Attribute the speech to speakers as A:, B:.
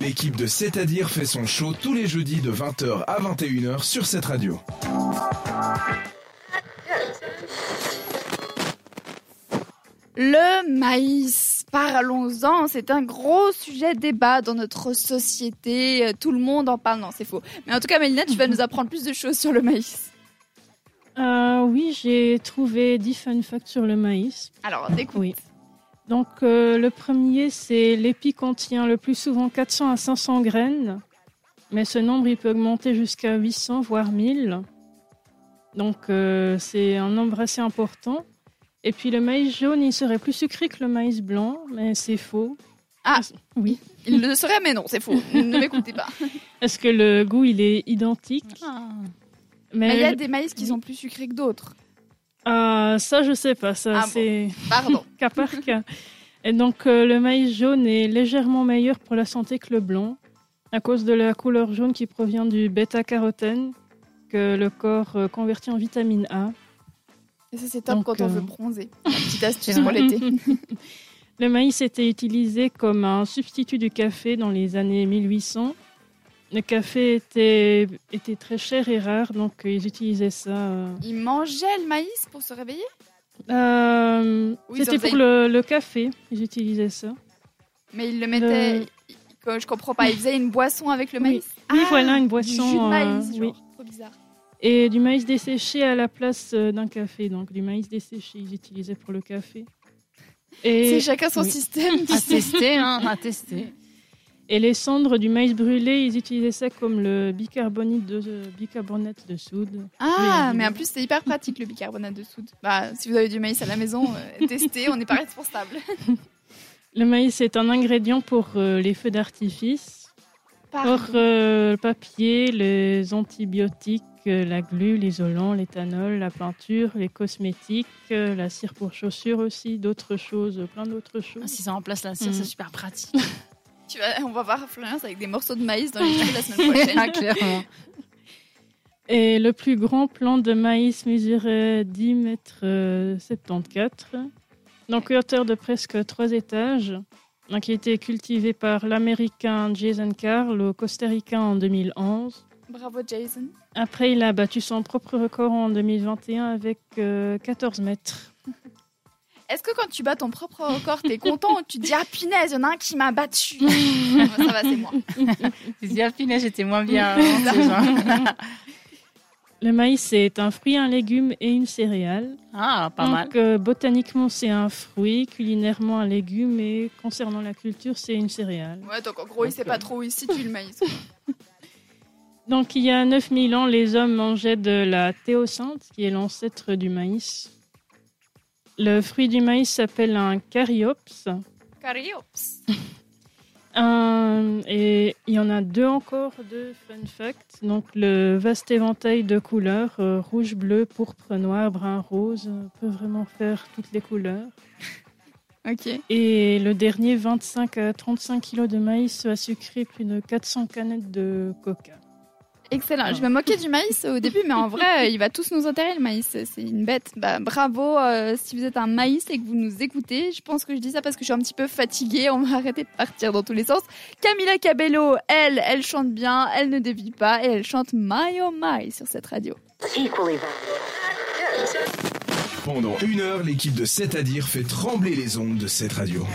A: l'équipe de C'est-à-dire fait son show tous les jeudis de 20h à 21h sur cette radio.
B: Le maïs, parlons-en, c'est un gros sujet débat dans notre société, Euh, tout le monde en parle, non c'est faux. Mais en tout cas Mélina, tu vas nous apprendre plus de choses sur le maïs.
C: Euh, oui, j'ai trouvé 10 fun facts sur le maïs.
B: Alors, découvre.
C: Oui. Donc, euh, le premier, c'est l'épi contient le plus souvent 400 à 500 graines, mais ce nombre, il peut augmenter jusqu'à 800, voire 1000. Donc, euh, c'est un nombre assez important. Et puis, le maïs jaune, il serait plus sucré que le maïs blanc, mais c'est faux.
B: Ah.
C: oui.
B: Il le serait, mais non, c'est faux. ne m'écoutez pas.
C: Parce que le goût, il est identique.
B: Ah. Mais il y a des maïs qui sont plus sucrés que d'autres.
C: Euh, ça, je sais pas. Ça,
B: Ah bon.
C: c'est
B: Pardon.
C: cas par cas. Et donc, euh, le maïs jaune est légèrement meilleur pour la santé que le blanc, à cause de la couleur jaune qui provient du bêta-carotène que le corps euh, convertit en vitamine A.
B: Et ça, c'est top
C: Donc,
B: quand on
C: euh,
B: veut bronzer. La petite astuce pour l'été.
C: Le maïs était utilisé comme un substitut du café dans les années 1800. Le café était, était très cher et rare, donc euh, ils utilisaient ça. euh.
B: Ils mangeaient le maïs pour se réveiller
C: Euh,
B: Oui, ils en
C: C'était pour
B: faisaient-
C: le, le café, ils utilisaient ça.
B: Mais ils le mettaient.
C: Le-
B: ils- que Je comprends pas. Ils faisaient une boisson avec le
C: Oui.
B: maïs.
C: Oui,
B: Ah,
C: voilà une
B: Du
C: boisson.
B: jus de maïs,
C: euh,
B: genre.
C: oui.
B: Trop bizarre.
C: Et du maïs desséché à la place euh, d'un café. Donc du maïs desséché, ils utilisaient pour le café. Et,
B: C'est chacun son
D: oui.
B: système.
D: À tester, hein, à tester.
C: et les cendres du maïs brûlé, ils utilisaient ça comme le bicarbonate de, euh, bicarbonate de soude.
B: Ah,
C: Oui.
B: mais en plus, c'est hyper pratique le bicarbonate de soude. Bah, si vous avez du maïs à la maison, euh, testez, on n'est pas responsable.
C: Le maïs est un ingrédient pour euh, les feux d'artifice, pour
B: Pardon.
C: euh, le papier, les antibiotiques, euh, la glu, l'isolant, l'éthanol, la peinture, les cosmétiques, euh, la cire pour chaussures aussi, d'autres choses, plein d'autres
D: Ah,
C: choses.
D: Si ça remplace la cire,
C: Mm.
D: c'est super pratique.
B: Tu vas- on va voir Florence avec des morceaux de maïs dans les cheveux la semaine prochaine.
D: Ah, clairement.
C: Et le plus grand plant de maïs mesurait 10 mètres euh, 74, donc une hauteur de presque 3 étages, donc qui a été cultivé par l'Américain Jason Carl au Costa Rica en 2011.
B: Bravo, Jason.
C: Après, il a battu son propre record en 2021 avec euh, 14 mètres.
B: Est-ce que quand tu bats ton propre record, t'es content ou tu te dis Ah, punaise, il y en a un qui m'a battu Moi, Ça va, c'est moi.
D: Je dis, ah, punaise, j'étais moins bien. avant, c'est genre.
C: Le maïs est un fruit, un légume et une céréale.
D: Ah, pas
C: Donc,
D: mal.
C: euh, botaniquement, c'est un fruit, culinairement, un légume et concernant la culture, c'est une céréale.
B: Ouais, donc en gros, il sait pas trop où il se situe le maïs. quoi.
C: Donc il y a 9000 ans, les hommes mangeaient de la théocinte, qui est l'ancêtre du maïs. Le fruit du maïs s'appelle un cariops.
B: Cariops.
C: Un- et il y en a deux encore, deux fun facts. Donc le vaste éventail de couleurs, euh, rouge, bleu, pourpre, noir, brun, rose, euh, peut vraiment faire toutes les couleurs.
B: Ok.
C: Et le dernier, 25 à 35 kilos de maïs à sucrer, plus de 400 canettes de coca.
B: Excellent. Je me moquais du maïs au début, mais en vrai, il va tous nous enterrer le maïs. C'est une bête. Bah, bravo euh, si vous êtes un maïs et que vous nous écoutez. Je pense que je dis ça parce que je suis un petit peu fatiguée. On va arrêter de partir dans tous les sens. Camila Cabello, elle, elle chante bien, elle ne dévie pas et elle chante My Oh My sur cette radio.
A: Pendant une heure, l'équipe de C'est-à-dire fait trembler les ondes de cette radio.